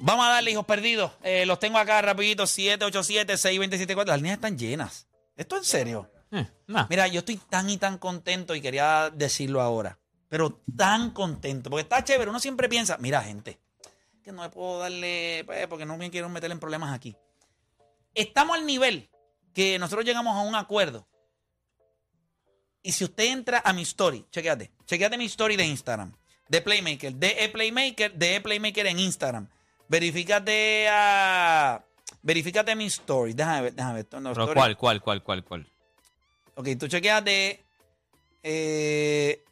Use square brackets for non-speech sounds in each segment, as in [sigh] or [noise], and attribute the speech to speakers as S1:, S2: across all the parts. S1: Vamos a darle, hijos perdidos. Eh, los tengo acá rapidito, 787-627-4. Las líneas están llenas. ¿Esto en serio?
S2: Eh, nah.
S1: Mira, yo estoy tan y tan contento y quería decirlo ahora. Pero tan contento. Porque está chévere. Uno siempre piensa, mira, gente, que no me puedo darle, pues, porque no me quiero meter en problemas aquí. Estamos al nivel que nosotros llegamos a un acuerdo. Y si usted entra a mi story, chequeate, chequeate mi story de Instagram, de Playmaker, de E Playmaker, de E Playmaker en Instagram. Verifícate a. Verifícate mi story. Déjame ver, déjame ver. No,
S2: Pero
S1: story.
S2: ¿cuál, cuál, cuál, cuál, cuál?
S1: Ok, tú chequeate. eh,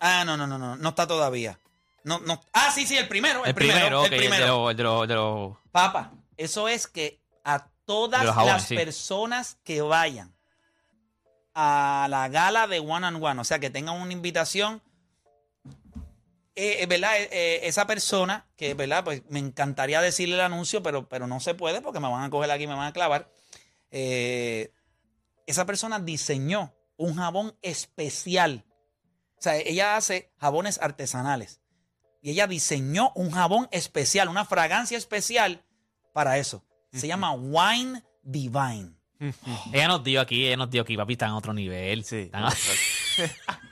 S1: ah, no, no, no, no. No está todavía. No, no. Ah, sí, sí, el primero. El,
S2: El primero, ok,
S1: el
S2: el
S1: primero.
S2: de los- el de los- de los-
S1: Papá, eso es que a todas
S2: De los jabones,
S1: las
S2: sí.
S1: personas que vayan a la gala de One and One, o sea, que tengan una invitación, eh, eh, ¿verdad? Eh, eh, esa persona, que, ¿verdad? Pues me encantaría decirle el anuncio, pero, pero no se puede porque me van a coger aquí y me van a clavar. Eh, esa persona diseñó un jabón especial. O sea, ella hace jabones artesanales. Y ella diseñó un jabón especial, una fragancia especial para eso. Se llama Wine Divine.
S2: Ella nos dio aquí, ella nos dio aquí, papi, está en otro nivel.
S3: Sí.
S2: Están-
S1: [laughs]
S2: [laughs]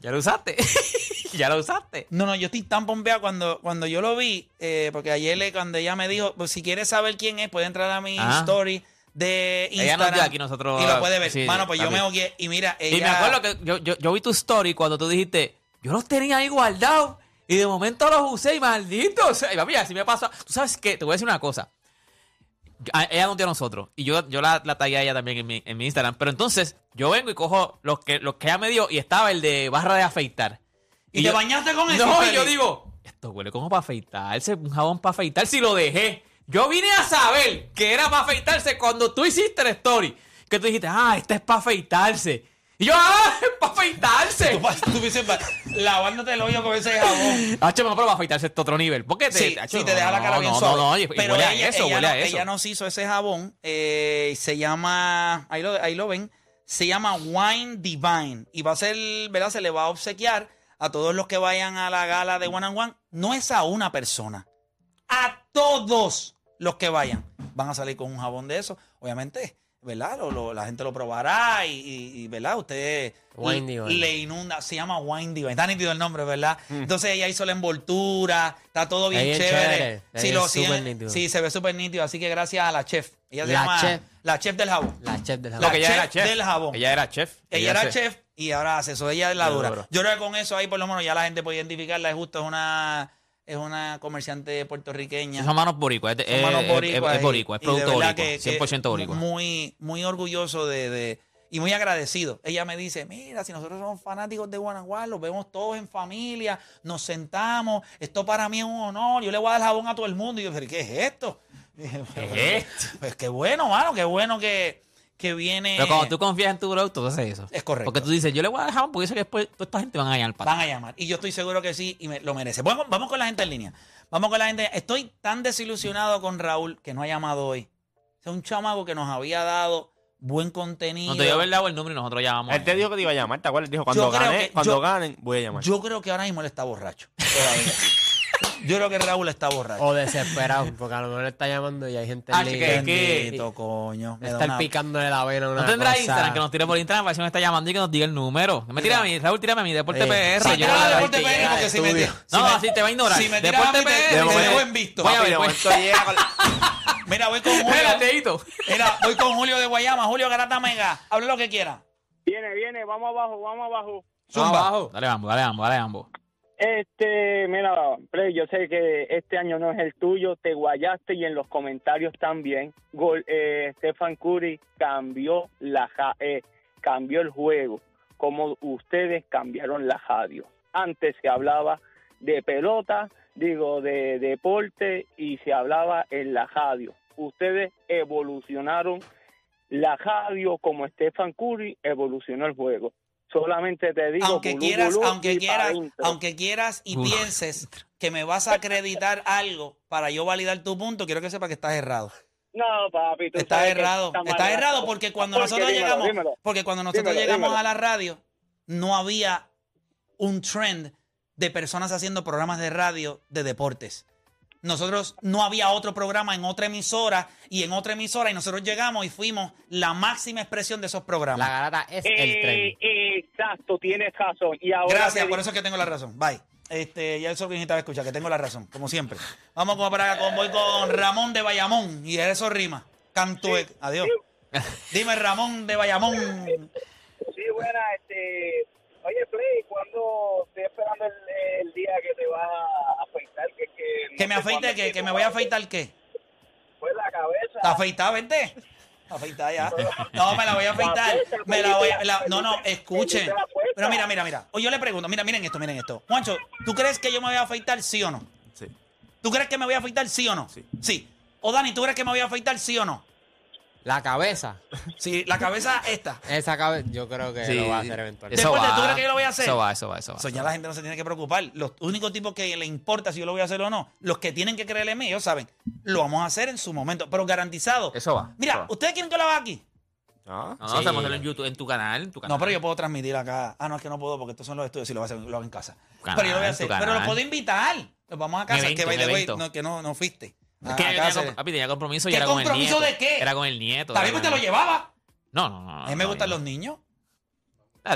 S2: ya lo usaste. [laughs] ya lo usaste.
S1: No, no, yo estoy tan pompeado cuando, cuando yo lo vi, eh, porque ayer le- cuando ella me dijo, pues si quieres saber quién es, puede entrar a mi
S2: Ah.
S1: story de
S2: Ella
S1: Instagram.
S2: nos dio aquí nosotros.
S1: y lo puede ver.
S2: sí,
S1: Mano, pues yo
S2: papi.
S1: me ogué. Y mira, ella...
S2: Y me acuerdo que yo, yo, yo vi tu story cuando tú dijiste, yo los tenía ahí guardados y de momento los usé y malditos. Y papi, así me pasó. Tú sabes qué, te voy a decir una cosa. Yo- a- Ella nos dio a nosotros y yo, yo la, la tagué a ella también en mi, en mi Instagram. Pero entonces yo vengo y cojo los que, los que ella me dio y estaba el de barra de afeitar.
S1: ¿Y, te
S2: yo-
S1: bañaste con eso?
S2: No, y
S1: Feli?
S2: yo digo, esto huele como para afeitarse, un jabón para afeitarse y lo dejé. Yo vine a saber que era para afeitarse cuando tú hiciste la story. Que tú dijiste, ah, esta es para afeitarse. Y yo, ah, [laughs] es para afeitarse.
S1: [laughs] Tú pas- tú dices, pa- lavándote el hoyo con ese jabón.
S2: Hacho, no, pero para afeitarse es otro nivel. Porque te,
S1: Sí,
S2: hacho,
S1: sí, te deja
S2: no,
S1: la cara
S2: no,
S1: bien
S2: no,
S1: suave.
S2: No, no, y- y
S1: Pero
S2: huele
S1: ella,
S2: a eso,
S1: ella
S2: huele
S1: no-
S2: a eso.
S1: ella nos hizo ese jabón, eh, se llama, ahí lo, ahí lo ven, se llama Wine Divine. Y va a ser, ¿verdad? Se le va a obsequiar a todos los que vayan a la gala de One and One. No es a una persona, a todos los que vayan. Van a salir con un jabón de eso. Obviamente, ¿verdad? Lo- lo- la gente lo probará y, y- y, ¿verdad? Usted
S3: Wine
S1: le-
S3: Divine. Mm.
S1: le inunda. Se llama Wine Divine. Está nítido el nombre, ¿verdad? Entonces ella hizo la envoltura, está todo bien
S3: Está bien
S1: chévere.
S3: chévere, está
S1: Sí,
S3: bien
S1: lo
S3: súper
S1: sí,
S3: nítido.
S1: Sí, se ve súper nítido. Así que gracias a la chef. Ella se
S3: La
S1: llama
S3: chef.
S1: la chef del jabón.
S3: La chef de la
S1: La-
S2: Porque ella era
S1: chef
S2: chef.
S1: del jabón.
S2: Ella era chef.
S1: Ella era chef y ahora hace eso. Ella es la
S2: Qué
S1: dura.
S2: duro.
S1: Yo creo que con eso ahí por lo menos ya la gente puede identificarla. Es justo, es una, es una comerciante puertorriqueña.
S2: Son manos boricuas. Es,
S1: Son manos
S2: Eh, es-
S1: boricuas
S2: es, es
S1: y-
S2: boricua, es
S1: y de
S2: producto
S1: verdad
S2: boricua.
S1: que- que
S2: 100% boricua.
S1: Muy, muy orgulloso de, de- y muy agradecido. Ella me dice, mira, si nosotros somos fanáticos de Guanajuato, los vemos todos en familia, nos sentamos, esto para mí es un honor, yo le voy a dar jabón a todo el mundo. Y yo, pero ¿qué es esto?
S2: ¿Qué es esto?
S1: Pues qué bueno, mano, qué bueno que, que viene.
S2: Pero cuando tú confías en tu producto, tú haces eso.
S1: Es correcto.
S2: Porque tú dices, yo le voy a dejar porque yo sé que después toda esta gente van a ganar el pato.
S1: Van a llamar. Y yo estoy seguro que sí y me- lo merece. Vamos, vamos con la gente en línea. Vamos con la gente. Estoy tan desilusionado con Raúl que no ha llamado hoy. Es un chamaco que nos había dado buen contenido.
S2: No te dio verdad o el número y nosotros llamamos.
S3: Él te dijo que te iba a llamar, ¿te acuerdas? Él Dijo, cuando
S1: Yo creo
S3: gane,
S1: que-
S3: cuando
S1: yo-
S3: ganen, voy a llamar.
S1: Yo creo que ahora mismo él está borracho.
S2: [laughs]
S1: todavía. yo creo que Raúl está borracho.
S4: O desesperado, porque a lo mejor le está llamando y hay gente
S2: Ah,
S4: en
S2: sí,
S4: línea.
S2: que- que-
S1: Bendito, coño. Me da
S4: Está
S1: una-
S4: picándole la vena a una
S2: No tendrá
S4: cosa.
S2: Instagram que nos tire por Instagram para ver si me está llamando y que nos diga el número. Que me tira a mí, Raúl, tírame a mí, Deporte
S4: Sí.
S2: PR.
S1: Eh, Sí,
S2: yo
S1: tírame
S2: no
S1: a
S2: la-
S1: Deporte
S2: te-
S1: PR,
S2: ah,
S1: porque si me
S2: estudio.
S1: tira- si
S2: No,
S1: me-
S2: así te va a ignorar.
S1: si me tira
S2: Deporte
S1: a mí, te-
S2: PR.
S1: te
S2: voy a
S1: dejo
S2: ver.
S1: en visto.
S2: Voy a
S3: Papi,
S2: ver,
S3: de
S2: pues.
S3: momento llega con la- [laughs]
S1: Mira, voy con Julio.
S2: [laughs] Espérate, Hito.
S1: Mira, voy con Julio de Guayama. Julio Garata Mega. Habla lo que quiera.
S5: Viene, viene, vamos abajo, vamos abajo.
S1: Zumba.
S2: Dale, vamos, dale, vamos, dale, vamos.
S5: Este, mira, Play, yo sé que este año no es el tuyo, te guayaste y en los comentarios también. Gol, eh, Stefan Curry cambió la ja- eh, cambió el juego, como ustedes cambiaron la radio. Antes se hablaba de pelota, digo, de deporte y se hablaba en la radio. Ustedes evolucionaron la radio como Stefan Curry evolucionó el juego. Solamente te digo,
S1: aunque
S5: bulú,
S1: quieras,
S5: bulú y
S1: aunque
S5: pa'
S1: quieras,
S5: dentro.
S1: aunque quieras y
S2: Uf.
S1: pienses que me vas a acreditar algo para yo validar tu punto, quiero que sepa que estás errado.
S5: No, papi, tú
S1: Estás
S5: sabes que
S1: errado.
S5: está mal
S1: Estás
S5: gasto.
S1: errado porque cuando
S5: Porque
S1: nosotros
S5: dímelo,
S1: llegamos,
S5: dímelo.
S1: porque cuando nosotros
S5: dímelo,
S1: llegamos
S5: dímelo.
S1: a la radio no había un trend de personas haciendo programas de radio de deportes. Nosotros no había otro programa en otra emisora y en otra emisora y nosotros llegamos y fuimos la máxima expresión de esos
S4: La
S1: programas.
S4: garata es el
S5: Eh,
S4: tren.
S5: exacto, tienes razón. Y ahora
S1: Gracias,
S5: me
S1: por eso es que tengo la razón. Bye. Este, ya eso que necesitaba escuchar, que tengo la razón, como siempre. Vamos como para acá, con, voy con Ramón de Bayamón y eso rima. Canto. de- Adiós. Dime Ramón de Bayamón.
S5: Sí, buena, este. Oye, Play, ¿cuándo estoy esperando el, el día que te vas a afeitar? Que, que, no
S1: Que me
S5: sé cuándo
S1: afeite,
S5: es
S1: que, que
S5: tú
S1: me voy a
S5: vas
S1: afeitar qué.
S5: Pues la cabeza.
S1: ¿Está afeitada, vente? Afeitada ya. No, me la voy a afeitar. Me la voy a- la- no, no, escuchen. Pero mira, mira, mira. O yo le pregunto, mira, miren esto, miren esto. Juancho, ¿tú crees que yo me voy a afeitar sí o no?
S3: Sí.
S1: ¿Tú crees que me voy a afeitar sí o no?
S3: Sí.
S1: O Dani, ¿tú crees que me voy a afeitar sí o no?
S4: La cabeza.
S1: Sí, la cabeza esta.
S4: Esa cabeza, yo creo que
S2: Sí,
S4: lo va a
S2: sí.
S4: hacer eventualmente.
S2: Eso
S1: Después de
S2: va.
S1: tú crees que yo lo voy a hacer.
S2: Eso va, eso va, eso va.
S1: O sea, ya la gente no se tiene que preocupar. Los únicos tipos que le importa si yo lo voy a hacer o no, los que tienen que creer en mí, ellos saben, lo vamos a hacer en su momento, pero garantizado.
S2: Eso va.
S1: Mira, ¿ustedes quieren que lo haga aquí?
S3: Ah.
S2: No, no,
S4: Sí.
S2: se vamos a hacerlo en YouTube, en tu canal, en tu canal.
S1: No, pero yo puedo transmitir acá. Ah, no, es que no puedo porque estos son los estudios. Si lo, voy a hacer, lo hago en casa.
S2: Canal,
S1: pero yo lo voy a
S2: tu
S1: hacer.
S2: canal.
S1: Pero lo puedo invitar. Los vamos a casa.
S2: Evento,
S1: que by the way,
S2: evento.
S1: no, que no, no fuiste. A-
S2: Que
S1: a
S2: tenía, ah,
S1: casa.
S2: com- papi, tenía compromiso
S1: Ah,
S2: y
S1: ¿Qué
S2: era con el nieto.
S1: compromiso de qué?
S2: Era con el nieto.
S1: También
S2: era
S1: usted lo
S2: con-
S1: llevaba.
S2: No, no, Ah, no.
S1: A mí me gustan los niños.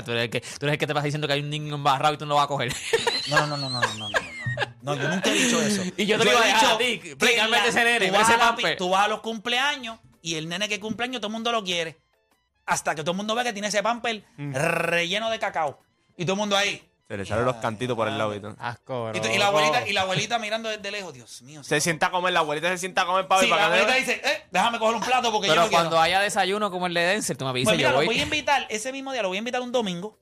S2: tú, eres el que, tú eres el que te vas diciendo que hay un niño embarrado y tú no lo vas a coger.
S1: No, no, no, no, no, no, no. no. No, yo nunca he dicho eso.
S2: Y yo te lo
S1: he
S2: iba a dejar
S1: dicho
S2: a ti,
S1: que
S2: explícame
S1: la-
S2: ese nene,
S1: tú vas
S2: ese
S1: a la
S2: pamper.
S1: pi- Tú vas a los cumpleaños y el nene que cumpleaños todo el mundo lo quiere. Hasta que todo el mundo ve que tiene ese pamper
S2: Mm.
S1: relleno de cacao. Y todo el mundo ahí.
S3: Se le salen los cantitos por el lado. y todo.
S4: Asco,
S1: Y,
S4: bro.
S1: tú- y la abuelita, y la abuelita mirando desde lejos. Dios mío.
S3: Se sienta a comer, la abuelita se sienta a comer, papi,
S1: Sí, la
S3: para que no-
S1: abuelita dice, eh, déjame coger un plato porque yo
S2: Pero
S1: no quiero.
S2: cuando haya desayuno como el de Denzel, tú me avisas
S1: Pues mira,
S2: yo
S1: lo
S2: voy.
S1: voy a invitar, ese mismo día lo voy a invitar un domingo.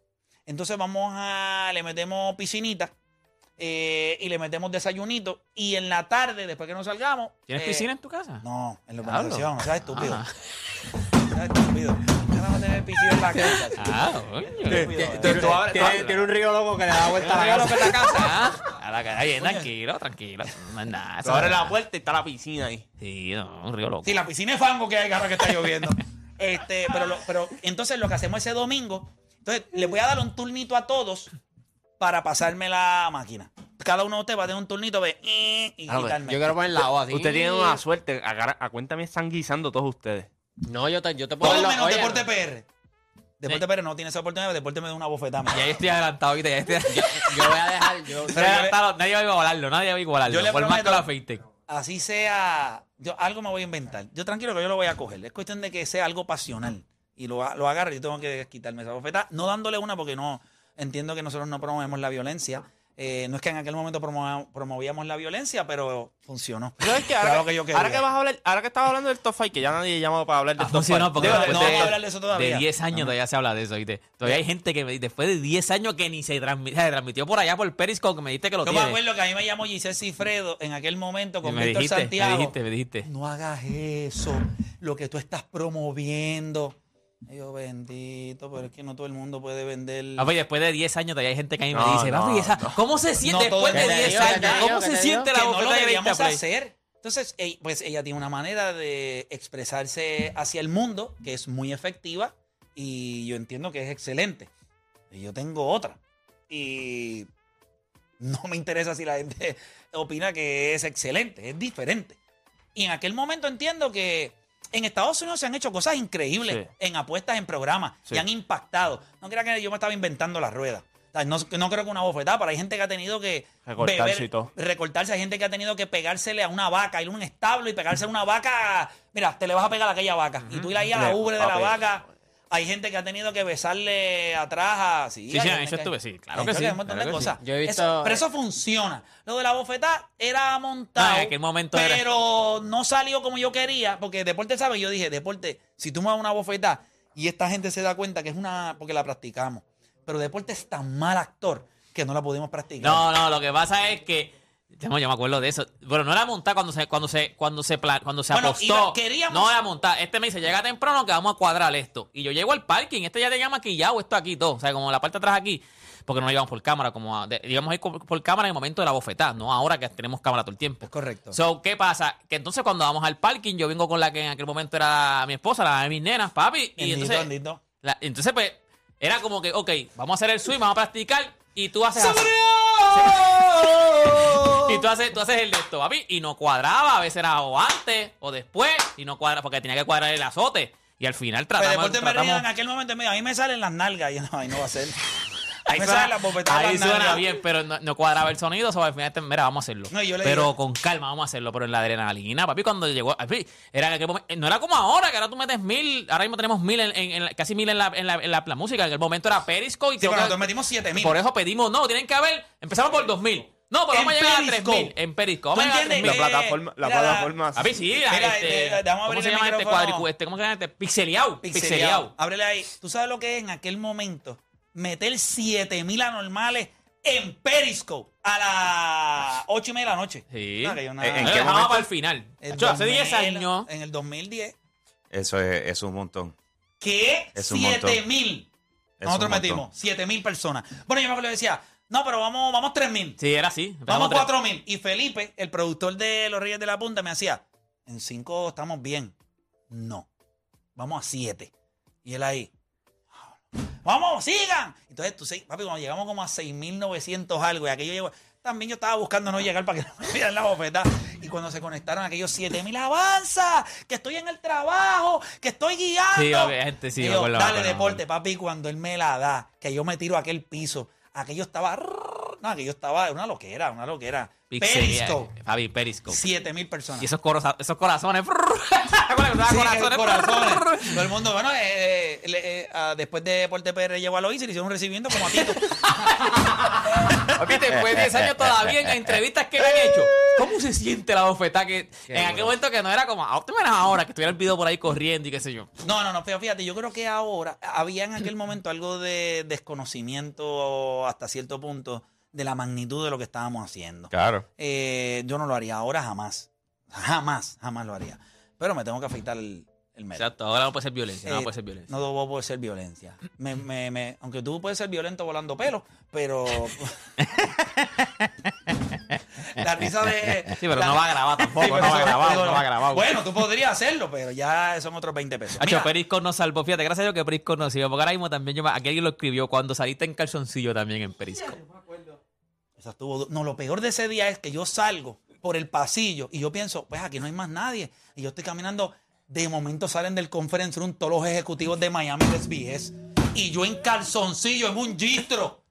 S1: Entonces vamos a, le metemos piscinita eh, y le metemos desayunito. Y en la tarde, después que nos salgamos.
S2: ¿Tienes
S1: eh,
S2: piscina en tu casa?
S1: No, en la
S2: Diablo.
S1: urbanización, o sea, estúpido.
S2: Ah.
S1: O sea, estúpido. Ya vamos a tener piscina en
S2: [laughs]
S1: la casa.
S2: Ah, coño.
S1: Estúpido, eh.
S3: Tú- tú abres- tú
S4: Tiene,
S3: abres-
S4: tiene un río loco que le da vuelta a la
S2: Claro
S4: cabeza.
S2: que la casa. A la cara. Bien, tranquilo, tranquilo. No es nada.
S3: tú
S2: eso
S3: abres
S2: no es
S3: la
S2: nada.
S3: puerta y está la piscina ahí.
S2: Sí, no, un río loco.
S1: Sí, la piscina es fango que hay ahora que está lloviendo. [laughs] este, pero, lo- pero entonces lo que hacemos ese domingo, entonces les voy a dar un turnito a todos para pasarme la máquina. Cada uno de ustedes va a tener un turnito de eh, y
S3: Ah, bueno.
S1: quitarme.
S4: Yo quiero poner la O así.
S3: Usted tiene una suerte. Agar- A, cuenta me están guisando todos ustedes.
S4: No, yo te, yo te puedo
S1: Todo
S4: dar la
S1: menos
S4: oye,
S1: Deporte PR. Deporte PR no tiene esa oportunidad, Deporte me da una bofetada.
S2: Ya yo estoy adelantado ahorita, ya estoy adelantado.
S4: Yo voy a dejar. [laughs] Yo,
S1: Pero yo le-
S2: Adelantado, Nadie va a igualarlo, nadie va a igualarlo.
S1: Yo le
S2: Por más que
S1: prometo-
S2: lo afeite.
S1: Así sea, yo algo me voy a inventar. Yo tranquilo que yo lo voy a coger. Es cuestión de que sea algo pasional. Y lo, a- lo agarre, yo tengo que quitarme esa bofetada. No dándole una porque no entiendo que nosotros no promovemos la violencia. Eh, no es que en aquel momento promo- promovíamos la violencia, pero funcionó.
S3: ¿Sabes qué?
S1: Era
S3: Ahora,
S1: lo que yo
S3: que,
S1: quería.
S3: ahora que vas a hablar, ahora que estabas hablando del top 5, que ya nadie llama para hablar del
S2: Ah,
S3: top
S2: funcionó,
S3: 5.
S2: porque
S1: Digo,
S2: después
S1: no vamos a hablar de eso todavía.
S2: De 10 años
S1: Ajá.
S2: todavía se habla de eso, ¿viste? Todavía hay gente que me después de 10 años que ni se transmi- se transmitió por allá por Periscope, que me dijiste que lo
S1: Yo me
S2: tiene.
S1: acuerdo que a mí me llamó Giselle Cifredo en aquel momento
S2: Y
S1: con
S2: me
S1: Víctor
S2: dijiste,
S1: Santiago.
S2: me dijiste, me dijiste.
S1: no hagas eso, lo que tú estás promoviendo. Y yo, bendito, pero es que no todo el mundo puede vender.
S2: Ah, pues, después de 10 años todavía hay gente que a mí me
S3: No,
S2: dice,
S3: no,
S2: papi, esa- ¿cómo se siente
S1: No, todo
S2: después
S1: el
S2: de
S1: mundo.
S2: 10
S1: Que te
S2: años?
S4: digo,
S2: ¿Cómo
S4: que
S2: se
S4: te digo
S2: siente
S1: que
S2: la
S1: no lo
S2: bofeta de 20
S1: debíamos
S2: Play?
S1: hacer. Entonces, ey, pues ella tiene una manera de expresarse hacia el mundo que es muy efectiva y yo entiendo que es excelente. Y yo tengo otra. Y no me interesa si la gente [laughs] opina que es excelente, es diferente. Y en aquel momento entiendo que en Estados Unidos se han hecho cosas increíbles
S3: Sí.
S1: en apuestas, en programas,
S3: Sí.
S1: y han impactado. No crea que yo me estaba inventando las ruedas. O sea, No, no creo que una bofetada, pero hay gente que ha tenido que
S3: Recortarse
S1: beber-
S3: y todo.
S1: recortarse. Hay gente que ha tenido que pegársele a una vaca, ir a un establo y pegársele a una vaca. Mira, te le vas a pegar a aquella vaca. Y tú ir ahí a la
S3: Le-
S1: ubre de la
S3: papi.
S1: vaca. Hay gente que ha tenido que besarle atrás a. Sí,
S2: Sí,
S1: hay
S2: sí,
S1: gente
S2: eso
S1: que-
S2: estuve, sí, claro
S1: hay
S2: que
S1: gente
S2: sí,
S1: hay un montón
S2: claro
S1: de
S2: que sí.
S1: cosas.
S4: Yo he visto- eh,
S1: Eso- pero eso funciona. Lo de la bofetada era montado.
S2: No, Ah, en aquel momento era-
S1: Pero no salió como yo quería, porque Deporte sabe, yo dije, Deporte, si tú me das una bofetada y esta gente se da cuenta que es una, porque la practicamos. Pero Deporte es tan mal actor que no la pudimos practicar.
S2: No, no, lo que pasa es que. ya me- Yo me acuerdo de eso. Bueno, no era montar cuando se, cuando se, cuando se, pla- cuando se
S1: Bueno,
S2: apostó.
S1: iba- queríamos-
S2: No era montar. Este me dice, llega temprano que vamos a cuadrar esto. Y yo llego al parking, este ya tenía maquillado, esto aquí y todo. O sea, como la parte de atrás aquí. Porque no lo llevamos por cámara, como a- de- íbamos a ir co- por cámara en el momento de la bofetada, no ahora que tenemos cámara todo el tiempo.
S1: Es correcto.
S2: So, ¿qué pasa? Que entonces cuando vamos al parking, yo vengo con la que en aquel momento era mi esposa, la de mis nenas, papi. Y
S1: Bendito,
S2: entonces,
S1: bendito.
S2: la- entonces, pues, era como que, ok, vamos a hacer el swing, vamos a practicar, y tú haces así.
S1: ¡Saboreó!
S2: Si tú haces, tú haces el de esto, papi, y no cuadraba, a veces era o antes o después, y no cuadra, porque tenía que cuadrar el azote. Y al final
S1: Pero
S2: tratamos,
S1: deporte me río en
S2: tratamos
S1: aquel momento, mira, a mí me salen las nalgas y yo, no, ahí no va a
S2: [laughs]
S1: ser. Ahí me
S2: suena-
S1: salen las bofetadas.
S2: ahí
S1: las
S2: suena
S1: nalgas.
S2: bien, pero no, no cuadraba el sonido. so, al final, te- mira, vamos a hacerlo.
S1: No, y yo le
S2: pero
S1: digo-
S2: con calma, vamos a hacerlo. Pero en la adrenalina, papi, cuando llegó. papi, era en aquel momento- no era como ahora, que ahora tú metes mil. Ahora mismo tenemos mil, en, en- en la- casi mil en la, en, la, en la- la música. En aquel momento era Periscope. Y
S1: Sí, pero
S2: creo que-
S1: nosotros metimos 7000.
S2: por eso pedimos, no, tienen que haber. Empezamos por 2000. No, pero
S1: En
S2: vamos a llegar
S1: Periscope.
S2: a 3000 en Periscope.
S1: ¿Tú
S2: Vamos a llegar a
S1: entiendes? Eh,
S2: 3000.
S3: La plataforma, la
S1: Mira,
S3: plataforma.
S2: A mí sí,
S1: Mira,
S2: este,
S1: eh, eh, vamos a
S2: ¿cómo
S1: abrir
S2: se
S1: el
S2: llama este
S1: micrófono.
S2: cuadricu, este, ¿cómo se llama este? Pixeleado,
S1: Pixeleado.
S2: pixeleado.
S1: Ábrele ahí. ¿Tú sabes lo que es en aquel momento? Meter 7000 anormales en Periscope a las 8 y media de la noche.
S2: Sí. Eh,
S1: No, Ah, que yo nada.
S2: Lo
S3: ¿En qué
S2: dejaba
S3: momento?
S2: para el final.
S1: El
S2: Yo, hace 10
S1: 2000,
S2: años.
S1: En el 2010.
S6: Eso es, es un montón.
S1: ¿Qué?
S6: Es un montón.
S1: 7000.
S6: Es
S1: Nosotros
S6: un montón.
S1: metimos 7000 personas. Bueno, yo me acuerdo que decía, no, pero vamos, vamos 3000.
S2: Sí, era así.
S1: Vamos
S2: Empezamos tres.
S1: 4000. Y Felipe, el productor de Los Reyes de la Punta, me hacía, en 5 estamos bien. No. Vamos a 7. Y él ahí. ¡Vamos, sigan! Entonces, tú, sí, papi, cuando llegamos como a 6.900 algo, y aquello llegó. También yo estaba buscando no llegar para que [laughs] no me dieran la bofeta. Y cuando se conectaron aquellos 7.000, ¡avanza! Que estoy en el trabajo, que estoy guiando.
S2: Sí, ok, gente, sí,
S1: Y
S2: me
S1: yo,
S2: acuerdo, me
S1: dale
S2: acuerdo, me
S1: deporte, papi, cuando él me la da, que yo me tiro a aquel piso, aquello estaba. No, aquello estaba, una loquera, una loquera.
S2: Pixeleado.
S1: Periscope,
S2: eh, Fabi, Periscope.
S1: 7.000 personas.
S2: Y esos, coros- esos corazones. [laughs] corazones.
S1: Sí, el corazón. Todo el mundo, bueno, eh, eh, le- eh, ah, después de Deporte PR llegó a Lois y le hicieron un recibimiento como a
S2: [laughs]
S1: Tito.
S2: Papi, después de 10 años todavía en las entrevistas que me han hecho. ¿Cómo se siente la bofetada que en aquel momento que no era como, ah, tú me das ahora que tuviera el video por ahí corriendo y qué sé yo?
S1: No, no, no, fíjate, fíjate, yo creo que ahora había en aquel momento algo de desconocimiento hasta cierto punto de la magnitud de lo que estábamos haciendo.
S6: Claro.
S1: Eh, yo no lo haría ahora jamás. Jamás, jamás lo haría. Pero me tengo que afeitar el, el medio.
S2: Exacto, ahora no puede ser violencia, no
S1: Eh,
S2: puede ser violencia.
S1: No debo poder ser violencia. Me- me- me- aunque tú puedes ser violento volando pelo,
S2: [laughs]
S1: pero. la risa de.
S2: Sí, pero
S1: la-
S2: no va a grabar
S1: Sí,
S2: tampoco,
S1: pero
S2: no va
S1: eso-
S2: grabado,
S1: digo,
S2: no va grabado.
S1: Bueno, tú podrías hacerlo, pero ya son otros 20 pesos.
S2: Hacho,
S1: Mira,
S2: Perisco nos salvó. Fíjate, gracias a Dios que Perisco nos sirvió. Porque ahora mismo también yo, me- aquí alguien lo escribió cuando saliste en calzoncillo también en Perisco.
S1: esa estuvo du- no, lo peor de ese día es que yo salgo por el pasillo y yo pienso, pues aquí no hay más nadie. Y yo estoy caminando. De momento salen del conference room todos los ejecutivos de Miami de SBS. Y yo en calzoncillo, en un gistro.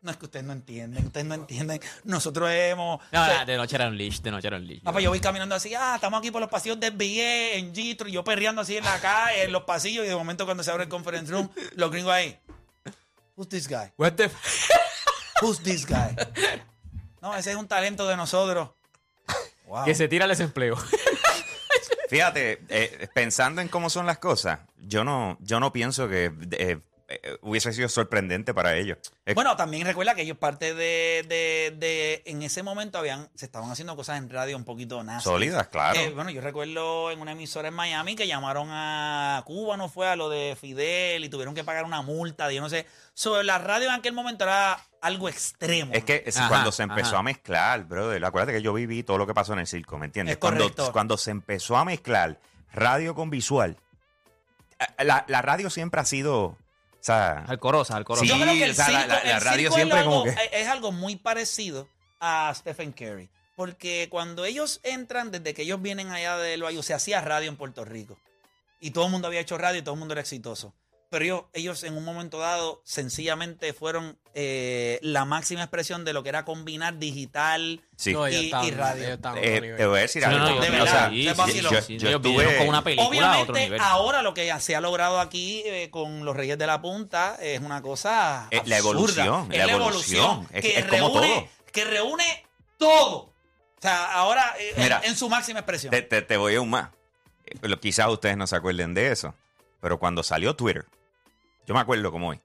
S1: No es que ustedes no entienden, ustedes no entienden. Nosotros hemos.
S2: No, no, de noche era un leash, de noche era un leash.
S1: Papá, yo voy caminando así, ah, estamos aquí por los pasillos de BA, en Gitro, y yo perreando así en la calle, en los pasillos, y de momento cuando se abre el conference room, los gringos ahí. Who's this guy?
S2: What the f-
S1: Who's this guy? No, ese es un talento de nosotros. Wow.
S2: Que se tira el [laughs] desempleo.
S6: Fíjate, eh, pensando en cómo son las cosas, yo no, yo no pienso que eh, eh, hubiese sido sorprendente para ellos. Es-
S1: Bueno, también recuerda que ellos parte de, de, de- en ese momento habían, se estaban haciendo cosas en radio un poquito nasty.
S6: sólidas, claro.
S1: Eh, bueno, yo recuerdo en una emisora en Miami que llamaron a Cuba, no fue a lo de Fidel y tuvieron que pagar una multa de yo no sé. Sobre la radio en aquel momento era algo extremo.
S6: Es que es
S2: Ajá,
S6: cuando se empezó
S2: ajá.
S6: a mezclar, brother, acuérdate que yo viví todo lo que pasó en el circo, ¿me entiendes?
S1: Es correcto.
S6: cuando, cuando se empezó a mezclar radio con visual, eh, la, la radio siempre ha sido, o sea,
S2: Alcorosa, alcorosa.
S1: yo
S6: sí,
S1: creo que el
S6: o sea,
S1: circo,
S6: la- la-
S1: el
S6: la radio
S1: circo
S6: siempre
S1: es, algo, e,
S6: como que-
S1: es algo muy parecido a Stephen Curry. Porque cuando ellos entran, desde que ellos vienen allá de Loayo, se hacía radio en Puerto Rico. Y todo el mundo había hecho radio y todo el mundo era exitoso. Pero ellos, ellos en un momento dado sencillamente fueron eh, la máxima expresión de lo que era combinar digital.
S6: sí.
S4: No,
S1: Y-
S4: ellos
S1: y
S4: estaban-
S1: radio.
S4: ellos estaban
S6: Eh,
S4: otro nivel.
S6: te voy a decir
S2: Sí, no,
S6: algo.
S2: no, yo
S1: de
S2: creo que
S1: verdad,
S2: sí,
S1: se
S2: sí,
S1: vaciló.
S2: sí,
S6: Yo-
S2: sí,
S6: yo
S2: ellos vinieron
S6: estuve-
S2: con una película a otro
S1: Obviamente,
S2: nivel.
S1: ahora lo que se ha logrado aquí eh, con los Reyes de la Punta es una cosa.
S6: Es la
S1: absurda.
S6: evolución,
S1: Es
S6: la evolución. Es-
S1: que,
S6: es como
S1: reúne,
S6: todo.
S1: que reúne todo. O sea, ahora eh, en-
S6: Mira,
S1: en, su máxima expresión.
S6: Te, te- te voy a un más. Eh, lo- Quizás ustedes no se acuerden de eso, pero cuando salió Twitter, yo me acuerdo como hoy,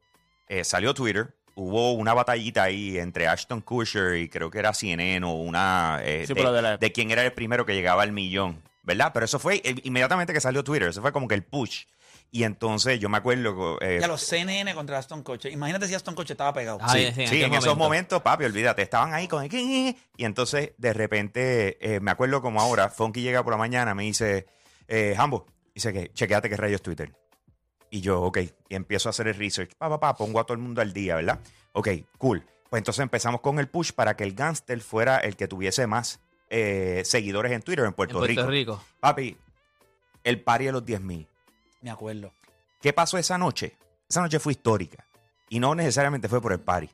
S6: eh, salió Twitter, hubo una batallita ahí entre Ashton Kutcher y creo que era CNN o una... eh,
S3: Sí,
S6: de,
S3: pero de la-
S6: de quién era el primero que llegaba al millón, ¿verdad? Pero eso fue eh, inmediatamente que salió Twitter, eso fue como que el push. Y entonces yo me acuerdo... eh,
S1: y a los CNN contra Aston Coche. Imagínate si Aston Coche estaba pegado.
S2: Ah,
S6: sí,
S2: sí, en
S6: sí, en,
S2: aquel
S6: esos
S2: momento.
S6: momentos, papi, olvídate, estaban ahí con el... Y entonces, de repente, eh, me acuerdo como ahora, Funky llega por la mañana, me dice, eh, Jambo, dice que chequeate que rayos Twitter. Y yo, ok, y empiezo a hacer el research. Pa, pa, pa, pongo a todo el mundo al día, ¿verdad? Ok, cool. Pues entonces empezamos con el push para que el gángster fuera el que tuviese más eh, seguidores en Twitter en
S2: en
S6: Puerto,
S2: Puerto
S6: Rico.
S2: Rico.
S6: Papi, el pari de los 10.000.
S1: Me acuerdo.
S6: ¿Qué pasó esa noche? Esa noche fue histórica. Y no necesariamente fue por el pari.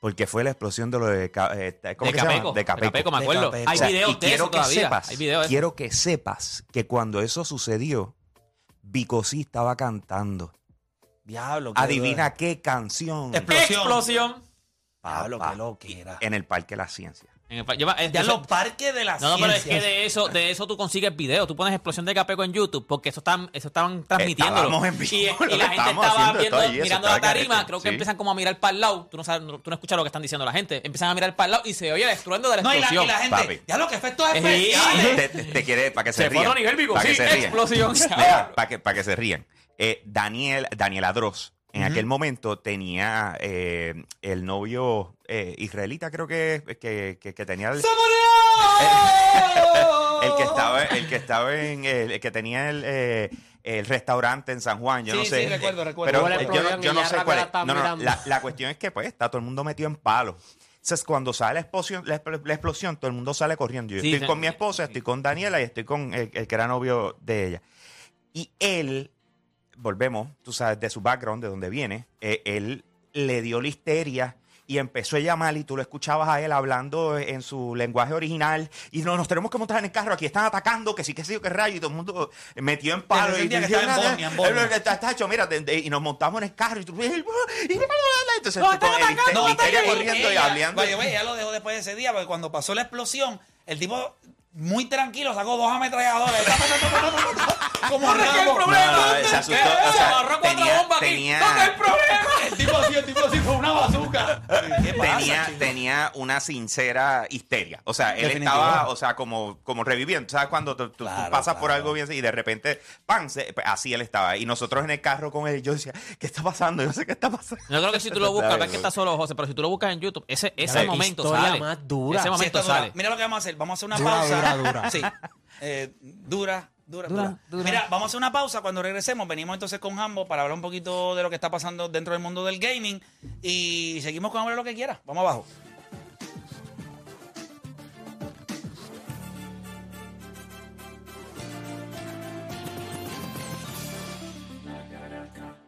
S6: Porque fue la explosión de lo de... Ca- eh, ¿Cómo
S2: de
S6: que se llama?
S2: Capeco.
S6: De Capeco.
S2: me
S1: De
S2: acuerdo.
S1: Capeco.
S2: Hay
S1: O sea,
S2: videos de
S6: y
S2: eso
S6: quiero que
S2: todavía.
S6: sepas,
S2: Hay videos de eso.
S6: quiero que sepas que cuando eso sucedió, Bicosí estaba cantando.
S1: Diablo. qué
S6: Adivina qué canción
S1: Expl- Explosión.
S2: Explosión.
S1: Diablo,
S6: Papá.
S1: qué lo que era.
S6: en el Parque de la Ciencia.
S2: En el pa- lleva- es-
S1: Ya
S2: eso-
S1: los parques de la
S2: No, no, pero es
S1: ciencia.
S2: que de eso, de eso tú consigues video. Tú pones explosión de Capeco en YouTube porque eso, están, eso estaban transmitiéndolo.
S6: Eh, Estábamos en vivo,
S2: y, y
S6: [laughs] lo que
S2: la gente
S6: estábamos
S2: estaba viendo,
S6: haciendo, estaba ahí, eso
S2: mirando
S6: estaba
S2: la tarima.
S6: carete,
S2: Creo que
S6: sí.
S2: empiezan como a mirar para el lado. Tú no, sabes, no- tú no escuchas lo que están diciendo la gente. Empiezan a mirar para el lado y se oye el estruendo de Eh, la
S1: No, y la,
S2: explosión.
S1: y la gente.
S6: Papi.
S1: Ya lo que efectos
S2: Sí.
S1: especiales.
S6: Te, te- te quiere para que se,
S2: Se fue a
S6: rían.
S2: otro nivel, Vico.
S6: Para
S2: Sí,
S6: que se rían.
S2: explosión.
S6: para que, pa' que se rían. Eh, Daniel, Daniel Adros, en aquel momento tenía eh, el novio eh, israelita, creo que, eh, que, que- que tenía el,
S1: ¡Oh!
S6: el que estaba, el que estaba en el, el que tenía el, eh, el restaurante en San Juan. Yo
S1: Sí,
S6: no
S1: sí,
S6: sé.
S1: recuerdo, recuerdo.
S6: Pero
S4: ¿Cuál es el
S6: eh, yo, no-
S4: problema?
S6: yo
S4: Y
S6: no
S4: ya
S6: sé
S4: rápido
S6: cuál
S4: la
S6: es.
S4: estaban
S6: No, no, no,
S4: mirando.
S6: la, la cuestión es que pues está todo el mundo metido en palo. Entonces, cuando sale la explosión, la, expl- la explosión, todo el mundo sale corriendo. Yo
S2: Sí,
S6: estoy
S2: sí.
S6: con mi esposa, estoy con Daniela y estoy con el, el que era novio de ella. Y él, volvemos, tú sabes, de su background, de donde viene, eh, él le dio listeria y empezó a llamar y tú lo escuchabas a él hablando en su lenguaje original y no, nos tenemos que montar en el carro, aquí están atacando, que sí, que sí, que rayo, y todo el mundo metió en palo.
S1: Desde
S6: Y,
S1: el día que
S6: y-
S1: estaba en
S6: y-
S1: Bosnia, en Bosnia.
S6: eh, está- está hecho, mira, de- de- y nos montamos en el carro y tú... y- y- Entonces,
S2: No,
S6: tú
S2: están
S6: con el
S2: atacando,
S6: hister-
S2: no, están
S6: histeria
S2: ahí.
S6: corriendo y
S1: Ella-
S6: hablando.
S1: Vaya, vaya, ya lo dejó después de ese día, porque cuando pasó la explosión, el tipo muy tranquilo sacó dos
S2: [laughs]
S1: ametralladoras. Como
S2: ¿Dónde es que hay
S1: Rambo.
S2: problema?
S6: No, no, se asustó, o
S2: Se
S6: sea,
S2: agarró cuatro
S6: tenía-
S2: bombas aquí.
S6: tenía-
S2: ¿Dónde es el problema?
S1: El tipo así, el tipo así fue una bazooka. ¿Qué pasa,
S6: tenía,
S1: chico?
S6: tenía una sincera histeria. O sea, él
S1: Definitivo.
S6: estaba, o sea, como, como reviviendo. ¿Sabes? Cuando tú, tú- tú
S1: Claro,
S6: pasas por
S1: claro.
S6: algo bien y de repente, ¡pam! se- pues, así él estaba. Y nosotros en el carro con él, yo decía, ¿qué está pasando? Yo no sé qué está pasando.
S2: Yo creo que si tú lo buscas,
S6: Dale,
S2: ves que está solo José, pero si tú lo buscas en YouTube, ese, ese
S6: ves,
S2: momento
S4: historia
S2: sale.
S4: más dura.
S1: Sí,
S2: Ese
S4: Sí,
S2: este momento
S1: esto dura.
S2: sale.
S1: Mira lo que vamos a hacer. Vamos a hacer una
S4: Dura,
S1: pausa.
S4: dura, dura.
S1: Sí. Eh, dura, dura,
S2: Dura,
S1: dura.
S2: dura.
S1: Mira, vamos a hacer una pausa. Cuando regresemos, venimos entonces con Hambo para hablar un poquito de lo que está pasando dentro del mundo del gaming. Y seguimos con Hambo lo que quiera. Vamos abajo.